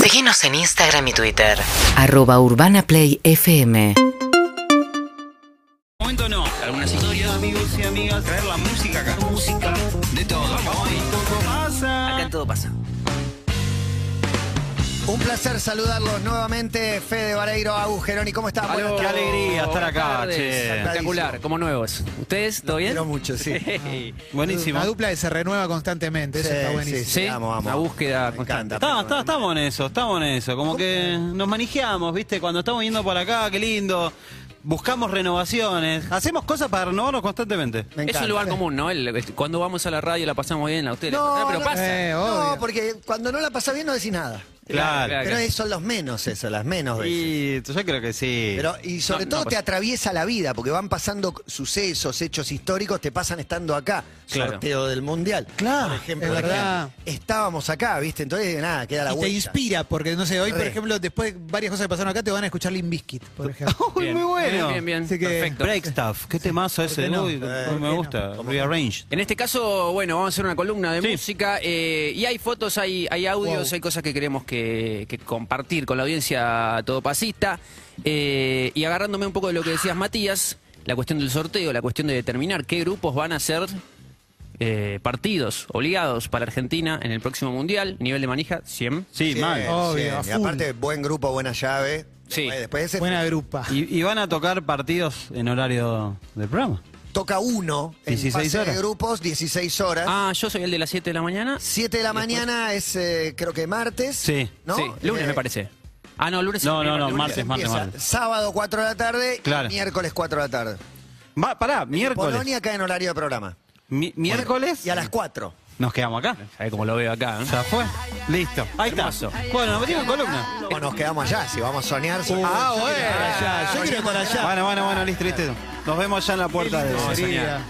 Seguinos en Instagram y Twitter. Arroba Urbana Play FM. momento no. Algunas historias, amigos y amigas, traer la música acá. Música de todo. pasa. Acá en todo pasa. Un placer saludarlos nuevamente, Fede Vareiro, Agus Geroni, ¿cómo están? Aló, Buenas Qué tardes. alegría estar Buenas acá, tardes. che. Espectacular, como nuevos. ¿Ustedes, todo bien? Quiero mucho, sí. Hey, Buenísimo. La dupla que se renueva constantemente, eso Sí, está sí, buenísimo. Sí, Vamos, vamos. una búsqueda Me encanta. constante. Está- está- estamos en eso, estamos en eso. Como que nos manijeamos, ¿viste? Cuando estamos yendo para acá, qué lindo. Buscamos renovaciones. Hacemos cosas para renovarnos constantemente. Me Es encanta. un lugar común, ¿no? El- el- cuando vamos a la radio la pasamos bien, la ustedes. la encontrarán, pero pasa. Eh, no, obvio. porque cuando no la pasas bien no decís nada. Claro. claro. Pero son los menos eso, las menos veces. Y yo creo que sí. Pero, y sobre No, todo no te pasa. atraviesa la vida, porque van pasando sucesos, hechos históricos, te pasan estando acá. Claro. Sorteo del Mundial. Claro, Por ejemplo, es verdad. estábamos acá, ¿viste? Entonces, nada, queda la y te vuelta. inspira, porque no sé, hoy, por Sí. ejemplo, después de varias cosas que pasaron acá, te van a escuchar Limbiskit, por ejemplo. Uy, muy bueno. Bien, bien, Así que- perfecto. Break Stuff, qué temazo ese. qué no? Uy, uy, Eh, me ¿por qué gusta. Rearrange. En este caso, bueno, vamos a hacer una columna de Sí. música eh, y hay fotos, hay, hay audios, Wow. hay cosas que queremos que, que compartir con la audiencia todopasista. Eh, y agarrándome un poco de lo que decías, Matías, la cuestión del sorteo, la cuestión de determinar qué grupos van a ser eh, partidos obligados para Argentina en el próximo Mundial, nivel de manija 100. Sí, Bien, mal. Obvio, bien. a Y full. aparte, buen grupo, buena llave. Sí. Después, después ese- Buena grupa. Y, y van a tocar partidos en horario de programa. toca uno en 16 fase horas. de grupos, 16 horas. Ah, yo soy el de las 7 de la mañana. 7 de la mañana es, eh, creo que martes. Sí, ¿no? Sí, lunes Eh, me parece. Ah, no, lunes. es No, el no, primer no, partido. martes, martes, empieza martes. Sábado 4 de la tarde Claro. y miércoles 4 de la tarde. Va, pará, miércoles. Polonia cae en horario de programa. Mi- miércoles. Y a las 4. Nos quedamos acá. Ahí como lo veo acá. ¿eh? Ya fue. Listo. Ahí está. Hermoso. Bueno, nos metimos en columna. O nos quedamos allá, si vamos a soñar. Ah, soñamos. bueno. yo quiero ir para allá. Bueno, bueno, bueno, listo, listo. Nos vemos ya en la puerta de Qué Sería. alegría.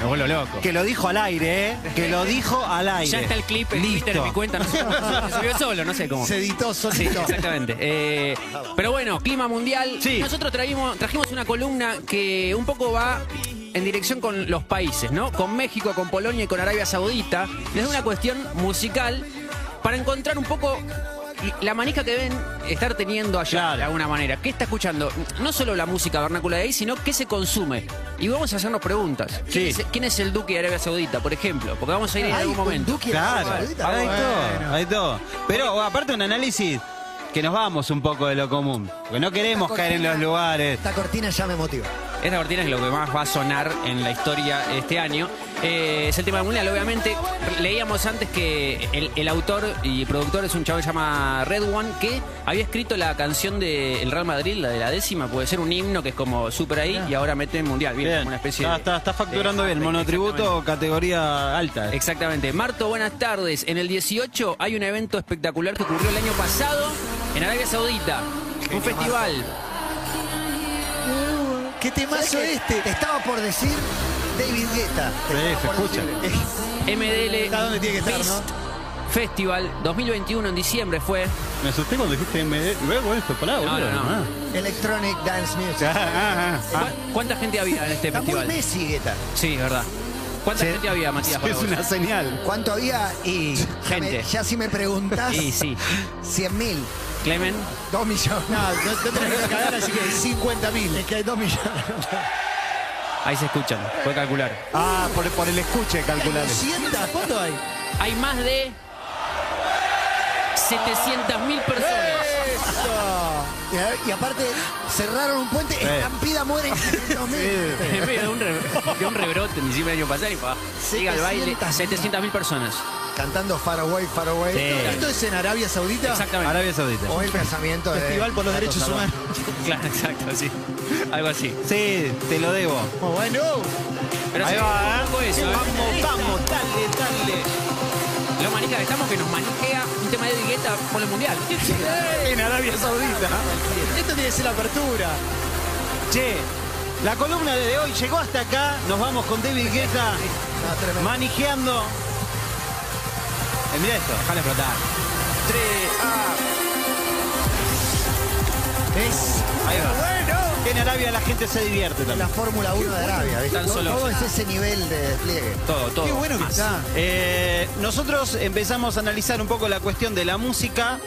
Me vuelvo loco. Que lo dijo al aire, ¿eh? Que lo dijo al aire. Ya está el clip en Listo. Twitter, en mi cuenta. No sé cómo, se subió solo, no sé cómo. Se editó Sí, solito. exactamente. Eh, pero bueno, clima mundial. Sí. Nosotros trajimos, trajimos una columna que un poco va en dirección con los países, ¿no? Con México, con Polonia y con Arabia Saudita. Desde una cuestión musical para encontrar un poco la manija que deben estar teniendo allá, Claro. de alguna manera. ¿Qué está escuchando? No solo la música vernácula de ahí, sino qué se consume. Y vamos a hacernos preguntas. ¿Quién, Sí. es, quién es el duque de Arabia Saudita, por ejemplo? Porque vamos a ir en Ay, algún un momento. Duque en Claro, Arabia ahí Saudita. todo, ahí todo. Pero aparte un análisis que nos vamos un poco de lo común. Porque no queremos caer en los lugares. Esta cortina ya me motiva. Esta cortina es lo que más va a sonar en la historia este año. Eh, es el tema del mundial, obviamente. Leíamos antes que el, el autor y productor es un chavo que se llama Red One, que había escrito la canción del Real Madrid, la de la décima, puede ser un himno que es como super ahí, y ahora mete en mundial. Bien, Bien. como una especie está, de- está- está facturando de- bien. Exactamente. Monotributo, categoría alta. Exactamente. Marto, buenas tardes. En el 18 hay un evento espectacular que ocurrió el año pasado en Arabia Saudita. Un festival. ¿Qué temazo este? Te estaba por decir David Guetta. Te Sí, estaba se por escucha. decir- MDL. Está donde tiene que estar, Beast ¿no? Festival 2021 en diciembre fue. Me asusté cuando dijiste MD. Luego esto, pará, No, boludo. no, no. Ah. Electronic Dance Music. Ah, ah, ah. ¿Cu- ¿Cuánta gente había en este Está muy festival? Messi Guetta. Sí, es verdad. ¿Cuánta Sí. gente había, Matías? para Es vos? una señal. ¿Cuánto había? Y ya Gente. me- ya si me preguntás, Y sí. 100 mil, Clemen. 2 millones. No, no, no tenés que cagar, así que 50 mil. Es que hay 2 millones. Ahí se escuchan. Puede calcular. Ah, por, por el escuche calcular. 200, ¿cuánto hay? Hay más de 700.000 personas. Y, a- y aparte, cerraron un puente, Estampida muere en 500 mil. En medio de un, re- de un rebrote en diciembre del año pasado y pa. Llega el baile. 700.000 personas. Cantando Far Away, Far Away. ¿Esto es en Arabia Saudita? Exactamente. Arabia Saudita. O el casamiento de... Festival por los Gato derechos Salvaje. humanos. Claro, exacto, sí. Algo así. Sí, te lo debo. Muy Bueno, Pero Ahí sí, va, ¿eh? un poco eso, ¿eh? Vamos, vamos, dale, dale. Lo manija que estamos que nos manejea un tema de Guetta por el mundial. En Arabia Saudita. esto tiene que ser la apertura. Che, la columna de hoy llegó hasta acá. Nos vamos con David Guetta Ah, No, tremendo. manijeando. Eh, mirá esto. Déjalo explotar. Tres, ah. Es. Ahí va. En Arabia la gente se divierte La también. Fórmula 1 de Arabia, ¿viste? Tan Todo- solo- Todo es ese nivel de despliegue. Todo, todo. Qué bueno que más. está. Eh, nosotros empezamos a analizar un poco la cuestión de la música,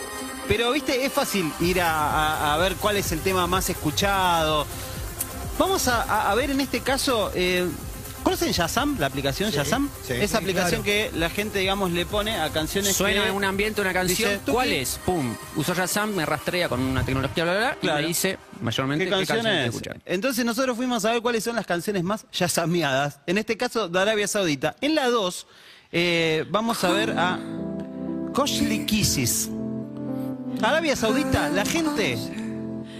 pero viste, es fácil ir a, a- a ver cuál es el tema más escuchado. Vamos a, a- a ver en este caso, eh, ¿conocen Yazam, la aplicación Yazam? sí. Esa Sí, aplicación claro. que la gente, digamos, le pone a canciones Suena que- en un ambiente una canción. dice, ¿tú ¿Cuál qué? es? Pum. Uso Yazam, me rastrea con una tecnología, bla, bla, bla. Y Claro. me dice mayormente ¿Qué qué, canción canciones? escuchar. Entonces nosotros fuimos a ver cuáles son las canciones más yasameadas. En este caso, de Arabia Saudita. En la 2, eh, vamos a ver a Koshli Kisses. Arabia Saudita, la gente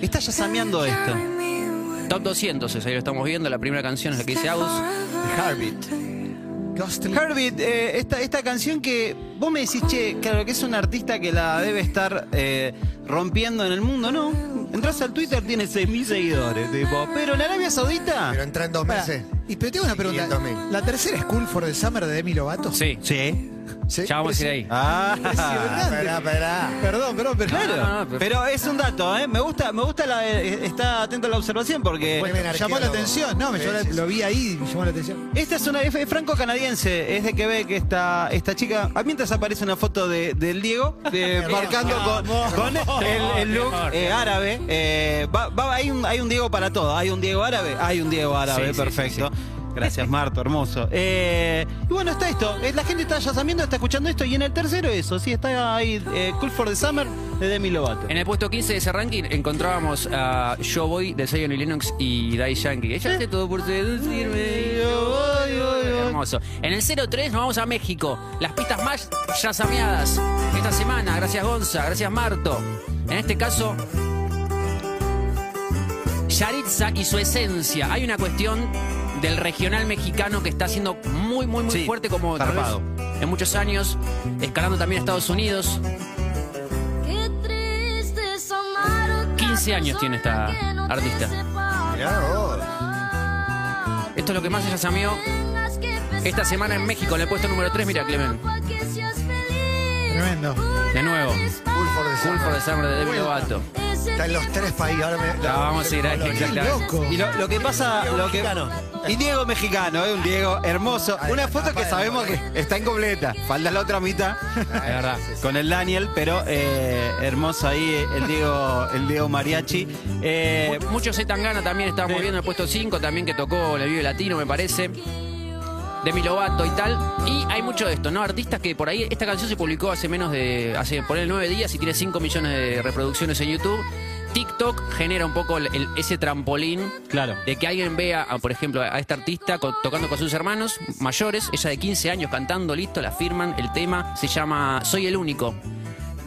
está yasameando esto. Top 200, es ahí lo estamos viendo. La primera canción es la que dice Agus. Heartbeat. Ghostly. Herbit, eh, esta, esta canción que vos me decís, che, claro que es un artista que la debe estar eh, rompiendo en el mundo, ¿no? Entras al Twitter, tiene 6.000 seguidores, tipo. Pero en Arabia Saudita... Pero entra en dos Pará, meses. Y pero tengo una pregunta. 500.000. ¿La tercera es Cool for the Summer de Demi Lovato? Sí, Sí. ¿Sí? ya vamos a ir ahí. Ah. Impresionante. Esperá, esperá. Perdón, perdón, pero Claro, No, no, no, pero- pero es un dato, ¿eh? Me gusta, me gusta la, eh, está atento a la observación porque Bueno. Buen llamó la arqueólogo. atención. No, me Sí, llamó la- sí, sí. lo vi ahí y me llamó la atención. esta es una es franco canadiense, es de Quebec esta esta chica. Ah, Mientras aparece una foto de, del Diego eh, marcando con, con el, el look eh, árabe. eh, va- va- hay un hay un Diego para todo, hay un Diego árabe, hay un Diego árabe, Sí, sí, perfecto. Gracias Marto, hermoso. Eh, y bueno, está esto. eh, La gente está ya sabiendo, está escuchando esto. Y en el tercero eso, sí, está ahí eh, Cool for the Summer de Demi Lovato. En el puesto 15 de ese ranking encontrábamos a Yo Boy de Zion y Lennox y Dai Yankee. Ella hace todo por seducirme. Yo voy, voy, voy. Hermoso. En el 03 nos vamos a México. Las pistas más yasameadas esta semana. Gracias Gonza, gracias Marto. En este caso, Yaritza y su esencia. Hay una cuestión del regional mexicano que está siendo muy, muy, muy Sí, fuerte como tal vez, zarpado. en muchos años, escalando también a Estados Unidos. Qué triste es amar a otra 15 años persona tiene esta que no te artista. sepa Mirá vos. amar. Esto es lo que más se yasameó Tengas que Esta pensar semana en que México, en el puesto número 3, mira, Clemen. para que seas feliz. Tremendo. De nuevo, Full for the Full for the Summer de Demi Lovato. Ese Está en los tres países. Ahora me, Ya vamos a ir a exactamente. Loco. Y lo, lo que pasa, lo que y Diego mexicano, ¿eh? un Diego hermoso, una foto que sabemos que está incompleta, falta la otra mitad, Es verdad. con el Daniel, pero eh, hermoso ahí eh, el Diego, el Diego mariachi. Eh, Mucho C. Tangana también estábamos Sí. viendo en el puesto 5, también que tocó en el Vive Latino, me parece. Demi Lovato y tal. Y hay mucho de esto, ¿no? Artistas que por ahí, esta canción se publicó hace menos de, hace por el 9 días y tiene 5 millones de reproducciones en YouTube. TikTok genera un poco el- el- ese trampolín claro. de que alguien vea, a, por ejemplo, a esta artista co- tocando con sus hermanos mayores, ella de 15 años cantando, listo, la firman, el tema se llama Soy el único.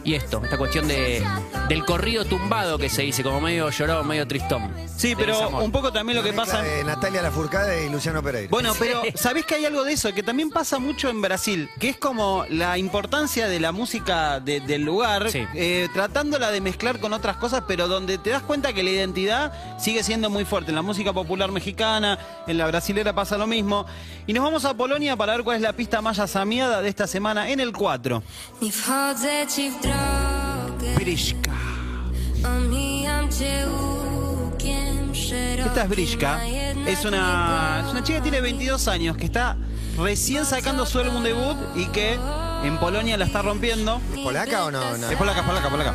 Y esto, esta cuestión de, del corrido tumbado que se dice, como medio llorado, medio tristón. Sí, Del pero desamor. un poco también lo que Mezcla pasa. de Natalia Lafourcade y Luciano Pereira. Bueno, pero ¿sabés que hay algo de eso? Que también pasa mucho en Brasil, que es como la importancia de la música de- del lugar, Sí. eh, tratándola de mezclar con otras cosas, pero donde te das cuenta que la identidad sigue siendo muy fuerte. En la música popular mexicana, en la brasilera pasa lo mismo. Y nos vamos a Polonia para ver cuál es la pista más yasameada de esta semana en el 4. Nie wchodzę ci w drogę, Brishka. omijam cię łukiem szerokim. Esta es Brishka. a jednak Es una, es una chica que tiene 22 años, que está recién sacando su álbum debut y que en Polonia la está rompiendo. ¿Polaca o no? No. Es polaca, es polaca, es polaca.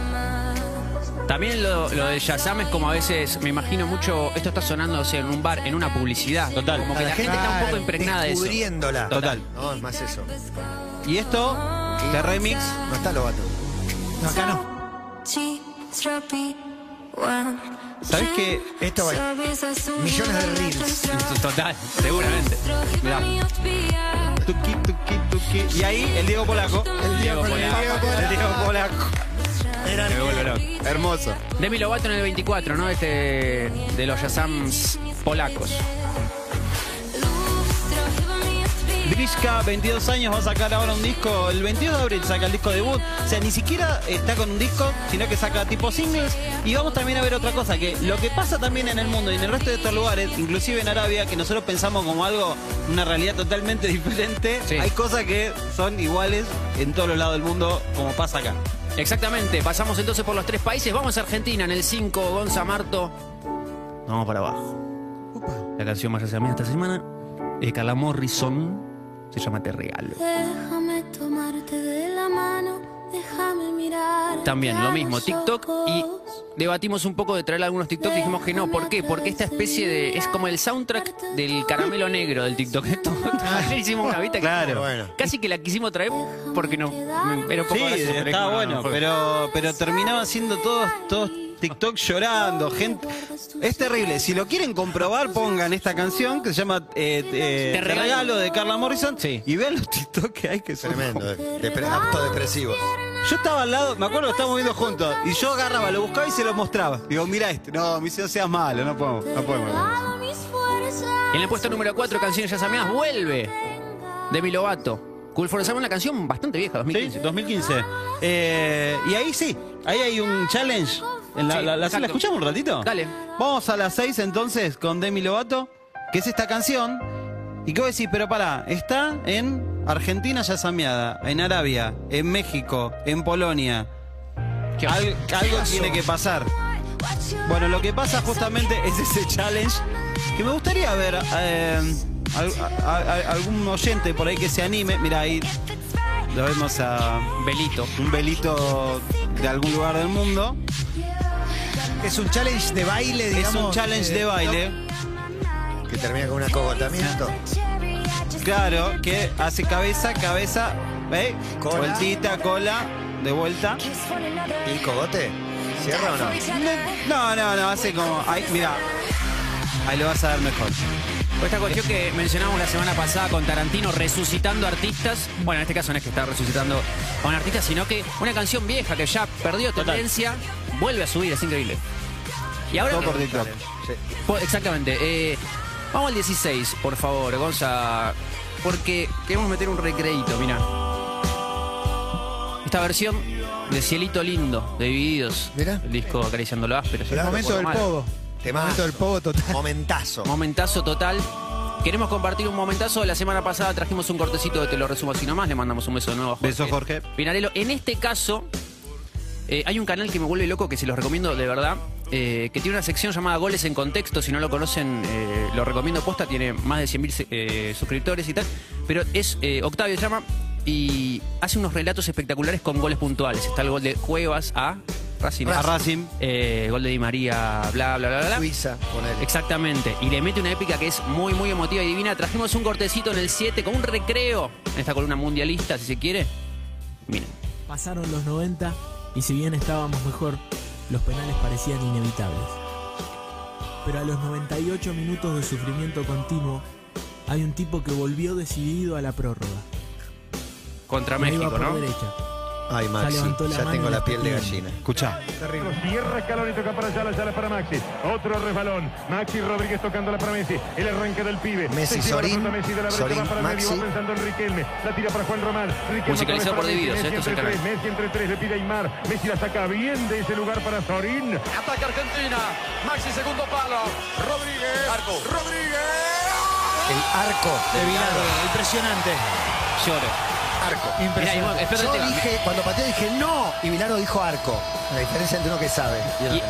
También lo, lo de Shazam es como a veces, me imagino mucho, esto está sonando o sea, en un bar, en una publicidad. Total. Como que la, gente está un poco impregnada de eso. Descubriéndola. Total. No, es más eso. Y esto, de remix, No está lo vato. No, acá no. Ci zrobiłam. ¿sabes qué? Esto va. Sobie zasłonię Millones de reels. Total, seguramente. trochę Mirá. mi odbija. Tuki, tuki, tuki. Y ahí el Diego Polaco. El Diego Polaco. El Diego Polaco. Hermoso. Demi Lovato en el 24, ¿no? Este de los Yazams polacos. Luz trochę mi odbija. Grishka, 22 años, va a sacar ahora un disco. El 22 de abril saca el disco debut. O sea, ni siquiera está con un disco, sino que saca tipo singles. Y vamos también a ver otra cosa, que lo que pasa también en el mundo y en el resto de estos lugares, inclusive en Arabia, que nosotros pensamos como algo, una realidad totalmente diferente, Sí. hay cosas que son iguales en todos los lados del mundo, como pasa acá. Exactamente, pasamos entonces por los tres países. Vamos a Argentina en el 5, Gonza Marto. Nos vamos para abajo. Upa. La canción más hacia mí esta semana es Carla Morrison. Se llama Te Regalo. Déjame tomarte de la mano, déjame mirar. También lo mismo, TikTok y debatimos un poco de traer algunos TikTok y dijimos que no, ¿por qué? Porque esta especie de es como el soundtrack del caramelo negro del TikTok. Esto, ayer hicimos una vista que Claro. Bueno. casi que la quisimos traer porque no era un poco Sí, gracioso, pero estaba no, bueno, no fue. pero, pero terminaba siendo todos, todos TikTok llorando, gente. Es terrible. Si lo quieren comprobar, pongan esta canción que se llama eh, eh, Te Te regalo. regalo de Carla Morrison Sí. y vean los TikTok que hay que son Tremendo. eh. Depre- acto depresivo. Yo estaba al lado, me acuerdo que estábamos viendo juntos, y yo agarraba, lo buscaba y se lo mostraba. Digo, mira este. No, me dice, no seas malo, no podemos, no podemos. En el puesto número 4, canciones ya sameadas, vuelve Demi Lovato. Cool for the Summer, una canción bastante vieja, 2015. 2015. Eh, y ahí sí, ahí hay un challenge. En la, Sí, la- la- exacto. ¿La escuchamos un ratito? Dale. Vamos a las 6 entonces con Demi Lovato, que es esta canción. Y que vos decís, pero pará, está en Argentina ya sameada, en Arabia, en México, en Polonia. ¿Qué Al- algo pasó? tiene que pasar. Bueno, lo que pasa justamente es ese challenge que me gustaría ver eh, al- a- a- algún oyente por ahí que se anime. Mira, ahí lo vemos a Belito. un velito de algún lugar del mundo. Es un challenge de baile, Es digamos. un challenge eh, de baile, Que termina con un acogotamiento. claro, que hace cabeza, cabeza, ¿eh? Cola. vueltita, cola, de vuelta. ¿Y cogote? ¿Cierra o no? No, no, no, hace como, ahí, mira, ahí lo vas a ver mejor. Esta cuestión que mencionamos la semana pasada con Tarantino resucitando artistas. Bueno, en este caso no es que está resucitando a un artista, sino que una canción vieja que ya perdió Total. tendencia vuelve a subir, es increíble. Y ahora. Todo que- por TikTok. Po- Exactamente. eh, vamos al 16, por favor, Gonza. Porque queremos meter un recreíto, mira. Esta versión de Cielito Lindo, de Divididos. Mirá. El disco Acariciando lo áspero. Claro, El momento del pogo. El Temazo. momento del pogo total. Momentazo. Momentazo total. Queremos compartir un momentazo. La semana pasada trajimos un cortecito de Te lo resumo así nomás. Le mandamos un beso de nuevo a Jorge. Beso, Jorge. Pinarello. En este caso, eh, hay un canal que me vuelve loco que se los recomiendo de verdad. eh, que tiene una sección llamada Goles en Contexto. Si no lo conocen, eh, lo recomiendo posta. Tiene más de 100.000 se- eh, suscriptores y tal. Pero es eh, Octavio se llama y hace unos relatos espectaculares con goles puntuales. Está el gol de Cuevas a Racing. A Racing. Eh, gol de Di María, bla, bla, bla, bla. bla. Suiza, ponele. Exactamente, y le mete una épica que es muy, muy emotiva y divina. Trajimos un cortecito en el 7 con un recreo en esta columna mundialista, si se quiere. Miren, Pasaron los 90 y si bien estábamos mejor, los penales parecían inevitables. Pero a los 98 minutos de sufrimiento continuo, hay un tipo que volvió decidido a la prórroga. contra La iba México, por ¿no? derecha. Ay, Maxi, Ya levantó la ya mano tengo y la la piel de tiene. gallina. Escuchá. Cierra Scaloni, toca para Ayala, Ayala para Maxi. Otro resbalón. Maxi Rodríguez tocándola para Messi. El arranque del pibe. Messi, Se lleva la Sorín. pelota Messi de la brecha, Sorín, va para el medio, Maxi. va pensando en Riquelme. La tira para Juan Román. Riquelme Musicalizado otra vez para por Messi. Divididos, ¿eh? Messi esto es el entre canal. tres, Messi entre tres, le pide Aymar. Messi la saca bien de ese lugar para Sorín. Ataca Argentina. Maxi segundo palo. Rodríguez. Arco. El arco de Bilardo. Impresionante. Lloro. Arco. Mirá, y bueno, espérate, Yo va. dije, cuando pateó dije no, y Bilardo dijo arco. La diferencia entre uno que sabe.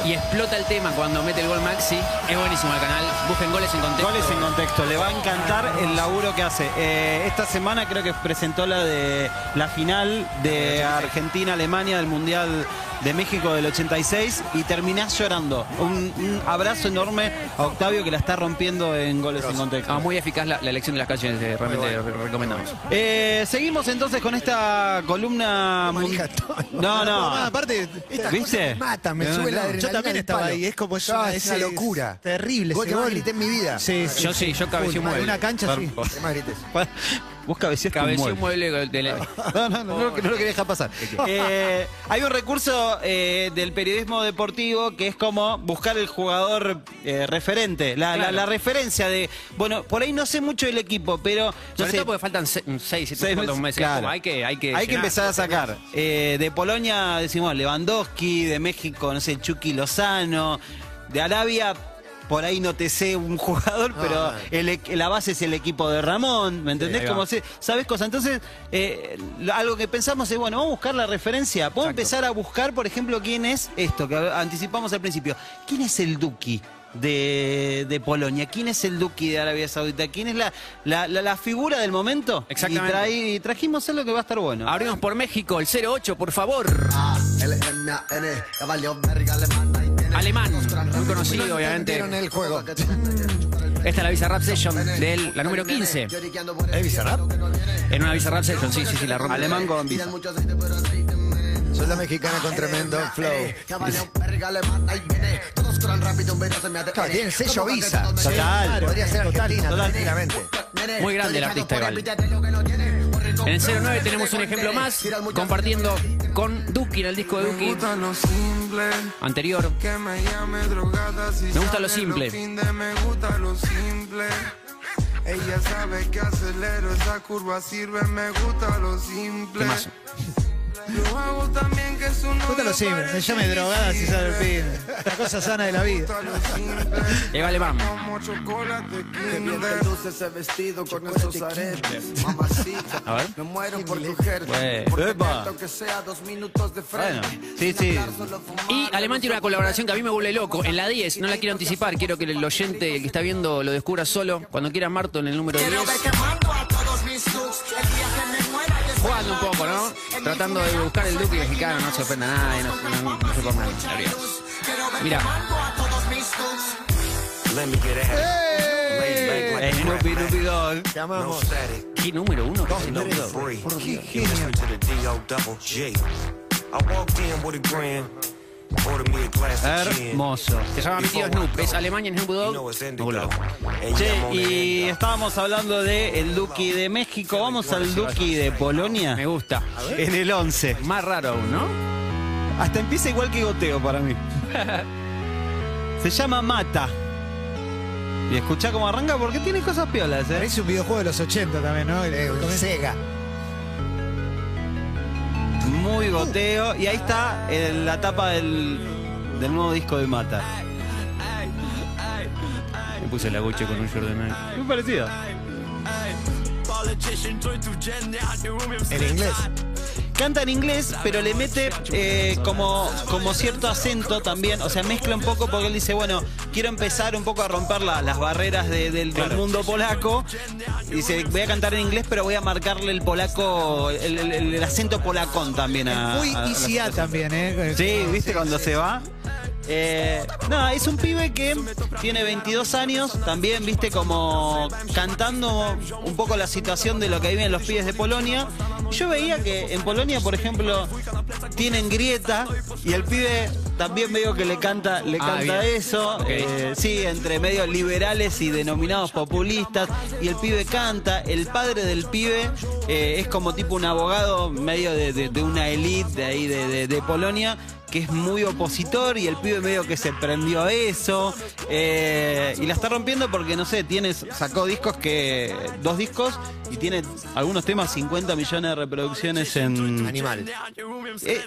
Y, y explota el tema cuando mete el gol Maxi. Es buenísimo el canal. Busquen goles en contexto. Goles en contexto, le va a encantar el laburo que hace. Eh, esta semana creo que presentó la de la final de Argentina-Alemania del Mundial de México del 86 y terminás llorando. Un, un abrazo enorme a Octavio que la está rompiendo en goles en contexto. Ah, muy eficaz la, la elección de las calles, eh, realmente re- recomendamos. Eh, seguimos entonces con esta columna. mun- Manija todo. No, no. aparte, Estas ¿Viste? cosas me matan, me No, sube no, la yo adrenalina yo también del estaba palo. ahí. Es como es No, una, es una ese- locura. Terrible. Gol ese que más grité en mi vida. Sí, sí, Yo sí, yo cabeceé un Full, mueble. En una cancha, sí. Zarpo. ¿Qué más grites? Vos cabeceaste un Cabeceé mueble. un mueble gol de la- No, no, no, no, lo- no lo quería dejar pasar. Eh, hay un recurso eh, del periodismo deportivo que es como buscar el jugador eh, referente, la, la- Claro. la referencia de, bueno, por ahí no sé mucho del equipo, pero... yo Sobre sé, todo porque faltan 6, 7 seis meses. meses, Como claro. Hay que, hay que, Hay que llenar. empezar a sacar. Eh, de Polonia decimos Lewandowski, de México, no sé, Chucky Lozano, de Arabia. Por ahí no te sé un jugador, pero el e- la base es el equipo de Ramón, ¿me entendés? ahí va. Como se, sabes cosas. Entonces, eh, lo- algo que pensamos es, bueno, vamos a buscar la referencia. Vamos a Exacto. empezar a buscar, por ejemplo, quién es esto que anticipamos al principio. ¿Quién es el Duki? de, de Polonia? ¿Quién es el Duki de Arabia Saudita? ¿Quién es la, la, la- la figura del momento? Exactamente. Y, traí- y trajimos algo que va a estar bueno. Abrimos por México, el 08, por favor. Alemán, muy conocido, obviamente. Vieron el juego. Esta es la Visa Rap Session, de él, la número 15. ¿Es Bizarrap? En una Visa Rap Session, sí, sí, sí, la rompe. Alemán con visa. Ah, Soy la mexicana con tremendo eh, flow. Claro, tiene el sello Visa. Total. Podría ser Argentina, tranquilamente. Muy grande el artista igual. En el 09 tenemos un ejemplo más, compartiendo con Duki en el disco de Duki anterior. Me gusta lo simple. Temazo. Cuéntalo siempre, me llame drogada si sale el pin. La cosa sana de la vida. Eva Alemán. A ver. Bueno. Bueno. Sí, sí. Y Alemán tiene una colaboración que a mí me vuelve loco. En la 10, no la quiero anticipar, quiero que el oyente, el que está viendo, lo descubra solo. Cuando quiera Marto en el número 10. Jugando un poco, ¿no? Tratando de buscar el Duque mexicano, no se ofenda a nadie, no, no, no se pongan nerviosos. Mirá. Eh, Snoopy, Snoopy Dogg. Te amamos. ¿Qué número uno? ¿Qué es el número dos? Qué genio. Hermoso. Se llama mi tío Snoop. Es Alemania en Snoop Dogg. Me vuelve loco. Che, y estábamos hablando de el Duki de México. Vamos al Duki de Me Polonia. gusta. En el 11. Más raro aún, ¿no? Hasta empieza igual que goteo para mí. Se llama Mata. Y escuchá cómo arranca porque tiene cosas piolas, ¿eh? Parece un videojuego de los 80 también, ¿no? El- Eh, un Sega. Muy goteo. Y ahí está el- la tapa del, del nuevo disco de Mata. Me puse la buche con un Jordan. Muy parecido. En inglés. Canta en inglés, pero le mete eh, como, como cierto acento también. O sea, mezcla un poco porque él dice, bueno, quiero empezar un poco a romper la- las barreras de- del, del mundo polaco. Dice, voy a cantar en inglés, pero voy a marcarle el polaco, el, el- el acento polacón también a... Muy a- a la ICA también, ¿eh? Sí, ¿viste cuando se va? Eh, no, es un pibe que tiene 22 años, también, viste, como cantando un poco la situación de lo que viven los pibes de Polonia. Yo veía que en Polonia, por ejemplo, tienen grieta y el pibe también veo que le canta, le Ah, canta bien. eso. Ok. eh, sí, entre medios liberales y denominados populistas. Y el pibe canta. El padre del pibe eh, es como tipo un abogado medio de, de- de una élite de ahí de, de- de Polonia que es muy opositor y el pibe medio que se prendió a eso eh, y la está rompiendo porque no sé tienes sacó discos que dos discos y tiene algunos temas 50 millones de reproducciones en, Animal. eh,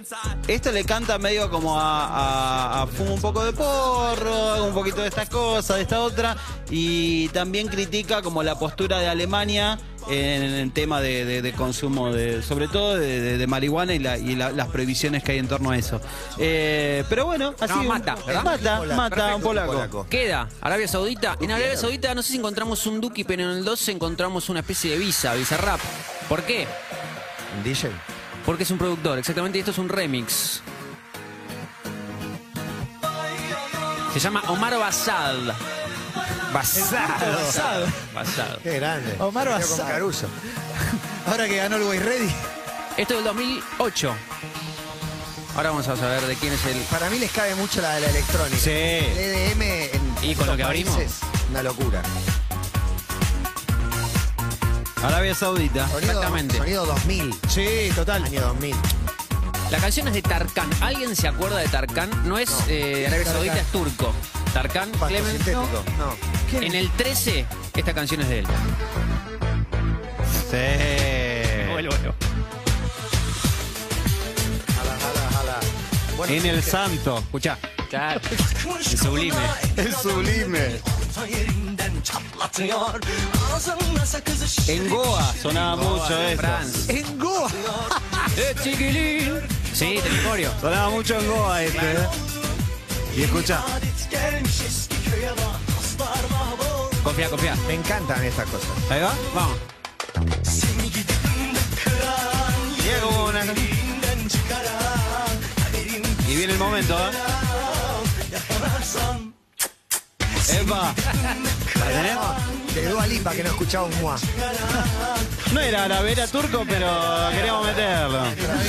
esto le canta medio como a, a- a fumo un poco de porro, un poquito de estas cosas, de esta otra, y también critica como la postura de Alemania en el tema de, de- de consumo, de, sobre todo de, de- de marihuana y, la- y la- las prohibiciones que hay en torno a eso. Eh, pero bueno, así No, un- mata, ¿verdad? mata, mata a un polaco. Queda Arabia Saudita. En Arabia Saudita no sé si encontramos un Duki, pero en el 12 encontramos una especie de visa, visa rap. ¿Por qué? ¿Un DJ? Porque es un productor, exactamente, y esto es un remix. Se llama Omar Basad. Basad. Basad. Qué grande. Omar Yo Basal. Con Caruso. Ahora que ganó el Way Ready. Esto es del 2008. Ahora vamos a saber de quién es el. Para mí les cabe mucho la de la electrónica. Sí. El EDM en Y con lo estos que abrimos. países, Una locura. Arabia Saudita. Sonido, Exactamente. Sonido 2000. Sí, total. Año 2000. La canción es de Tarkan. ¿Alguien se acuerda de Tarkan? No es eh, Arabia Tarkan. Saudita, es turco. Tarkan, Pasto Clement. sintético. No. En el 13, esta canción es de él. Eh, Sí. Jala, jala, jala. Bueno, En el santo. Escuchá. El sublime. El sublime. En Goa sonaba mucho esto. Franz. En Goa. Eh, chiquilín. Sí, Telimorio. Sonaba mucho en Goa este. ¿eh? Y escucha. Confía, confía. Me encantan estas cosas. Ahí va. Vamos. Diagonal. Y viene el momento, ¿eh? ¡Epa! ¿La tenés? De Dua Lipa que no escuchaba un mua. No era árabe, era turco, pero queríamos meterlo.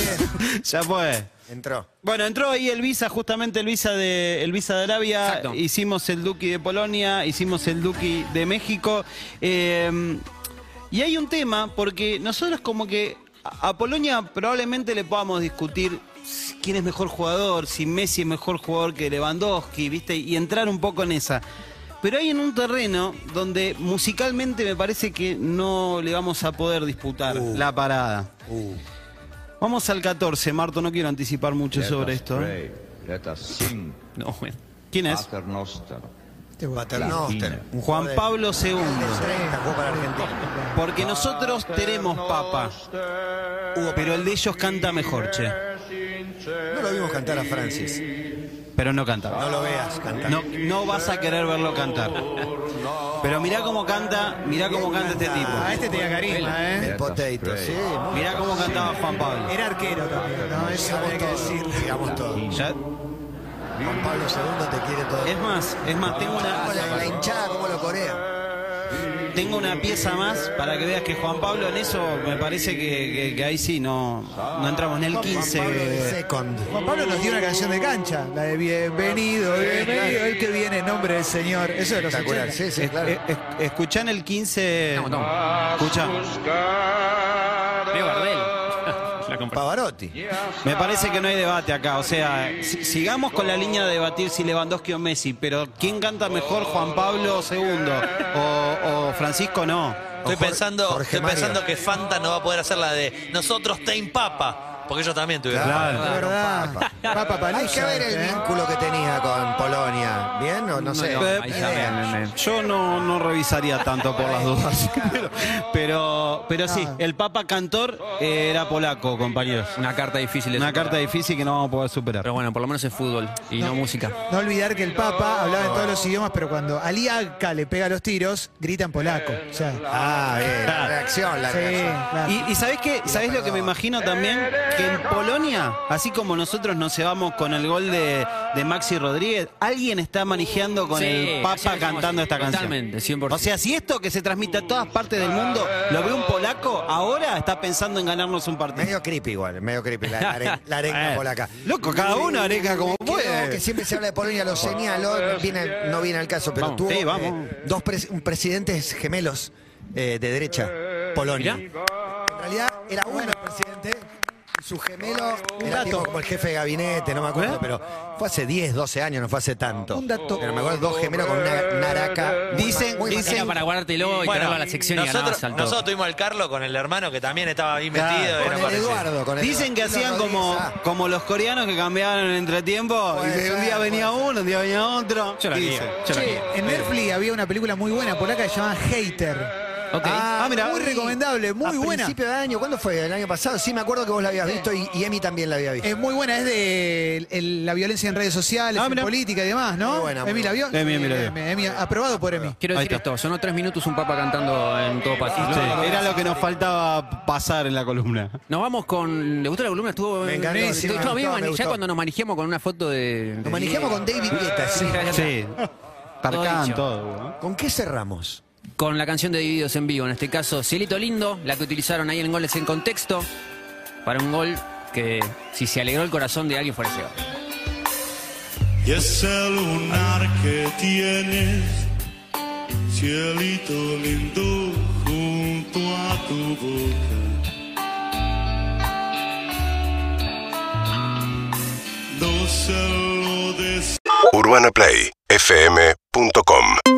ya fue. Entró. Bueno, entró ahí el visa, justamente el visa de, el visa de Arabia. Hicimos el Duki de Polonia, hicimos el Duki de México. Eh, y hay un tema, porque nosotros como que a a Polonia probablemente le podamos discutir quién es mejor jugador, si Messi es mejor jugador que Lewandowski, ¿viste? Y entrar un poco en esa. Pero hay en un terreno donde musicalmente me parece que no le vamos a poder disputar la parada. Uh. Vamos al 14, Marto, no quiero anticipar mucho sobre esto. ¿eh? No, bueno. ¿Quién es? Este Paternoster. Un Juan Pablo II. Porque nosotros tenemos papa. Pero el de ellos canta mejor, che. No lo vimos cantar a Francis. Pero no cantaba. No lo veas cantar. No, este no vas a querer verlo cantar. Pero mirá cómo canta, mirá cómo canta este tipo. Ah, este tenía carisma, ¿eh? El potato, sí. muy- Mirá cómo cantaba Juan Pablo. Era arquero también, ¿no? Eso Digamos había que todo, decir. digamos todo. Ya- Juan Pablo II te quiere todo. Es más, es más, tengo Como La, la una, hinchada como lo corea. tengo una pieza más para que veas que Juan Pablo en eso me parece que, que- que ahí sí no, no entramos en el 15. Juan Pablo de Second. Juan Pablo nos dio una canción de cancha, la de Bienvenido, bienvenido, el que viene en nombre del Señor. Eso de los Espectacular, 80. sí, sí, Es- claro. Eh, es- es- escuchá en el 15. Vamos, vamos. Escucha, Leo Gardel. La compra. Pavarotti. me parece que no hay debate acá. O sea, si- sigamos con la línea de debatir si Lewandowski o Messi, pero ¿quién canta mejor, Juan Pablo II o, o Francisco? No. Estoy Jorge- pensando, Jorge estoy Mario. pensando que Fanta no va a poder hacer la de nosotros Team Papa, porque ellos también tuvieron. Claro, Es verdad. Papa. Papa Hay Palusa, que ver el ¿eh? vínculo que tenía con Polonia. ¿Bien? No, no sé. no, ahí Idea. está, bien, bien, bien. Yo no, no revisaría tanto por las dudas. Pero, pero, pero sí, el Papa Cantor eh, era polaco, compañeros. Una carta difícil. de Una superar. carta difícil que no vamos a poder superar. Pero bueno, por lo menos es fútbol y no, música. No olvidar que el Papa hablaba en todos los idiomas, pero cuando Ali Akka le pega los tiros, grita en polaco. O sea, Ah, bien. La reacción, la sí, reacción. claro. Y, y sabés qué, sabés lo que me imagino también que en Polonia, así como nosotros nos llevamos con el gol de, de Maxi Rodríguez, alguien está manejando con Sí, el sí, Papa sí, cantando sí, esta canción. totalmente, 100%. O sea, si esto que se transmite a todas partes del mundo lo ve un polaco, ahora está pensando en ganarnos un partido. Medio creepy igual, medio creepy la, la, are- la arenga Eh, polaca. Loco, cada uno arenga como Me quedo, puede. Que siempre se habla de Polonia, lo señalo, no viene- no viene al caso, pero Vamos, tuvo sí, vamos. eh, dos pres- un presidentes gemelos eh, de derecha, Polonia. En realidad era uno el presidente, y su gemelo era tipo como el jefe de gabinete, no me acuerdo, pero fue hace 10, 12 años, no fue hace tanto. Un dato. Pero me acuerdo dos gemelos con una naraca. muy Dicen- ma- muy dicen- Era marcada. para guardártelo y traerlo a la sección y nosotros, ganabas al todo. nosotros tuvimos al Carlos con el hermano que también estaba ahí Claro, metido. con era el parecido. Eduardo. Con el Dicen que Eduardo hacían como, Rodríguez, ah. como los coreanos que cambiaron en entretiempo. y Puede que un ser, día puede venía ser. uno, un día venía otro. Yo la Dicen. haría, yo la haría. En Netflix había una película muy buena polaca que se llamaba Hater. Ok. Ah, mira. muy recomendable, muy a buena. principio de año, ¿cuándo fue? ¿El año pasado? Sí, me acuerdo que vos la habías visto y, y Emi también la había visto. Es muy buena, es de el- el- la violencia en redes sociales, Ah, en mirá. política y demás, ¿no? Muy buena, muy Emi la vio. Emi, Emi la vio. Emi, Emi, aprobado por Emi. Quiero Ahí decir está. esto, sonó tres minutos un papa cantando en todo pasillo. Sí, era lo que nos faltaba pasar en la columna. Nos vamos con. ¿Le gustó la columna? Estuvo. Me encantó, Estuvo- sí, me estuvo gustó, bien me mani- gustó. Ya cuando nos manejemos con una foto de. Nos manejamos con David Guetta, sí. Sí. Todo Tarcán, dicho. todo. ¿no? ¿Con qué cerramos? Con la canción de Divididos en vivo, en este caso Cielito Lindo, la que utilizaron ahí en Goles en Contexto, para un gol que si se alegró el corazón de alguien fuera ese gol. Y ese lunar que tienes, cielito lindo junto a tu boca. No se lo des- UrbanaPlayFM.com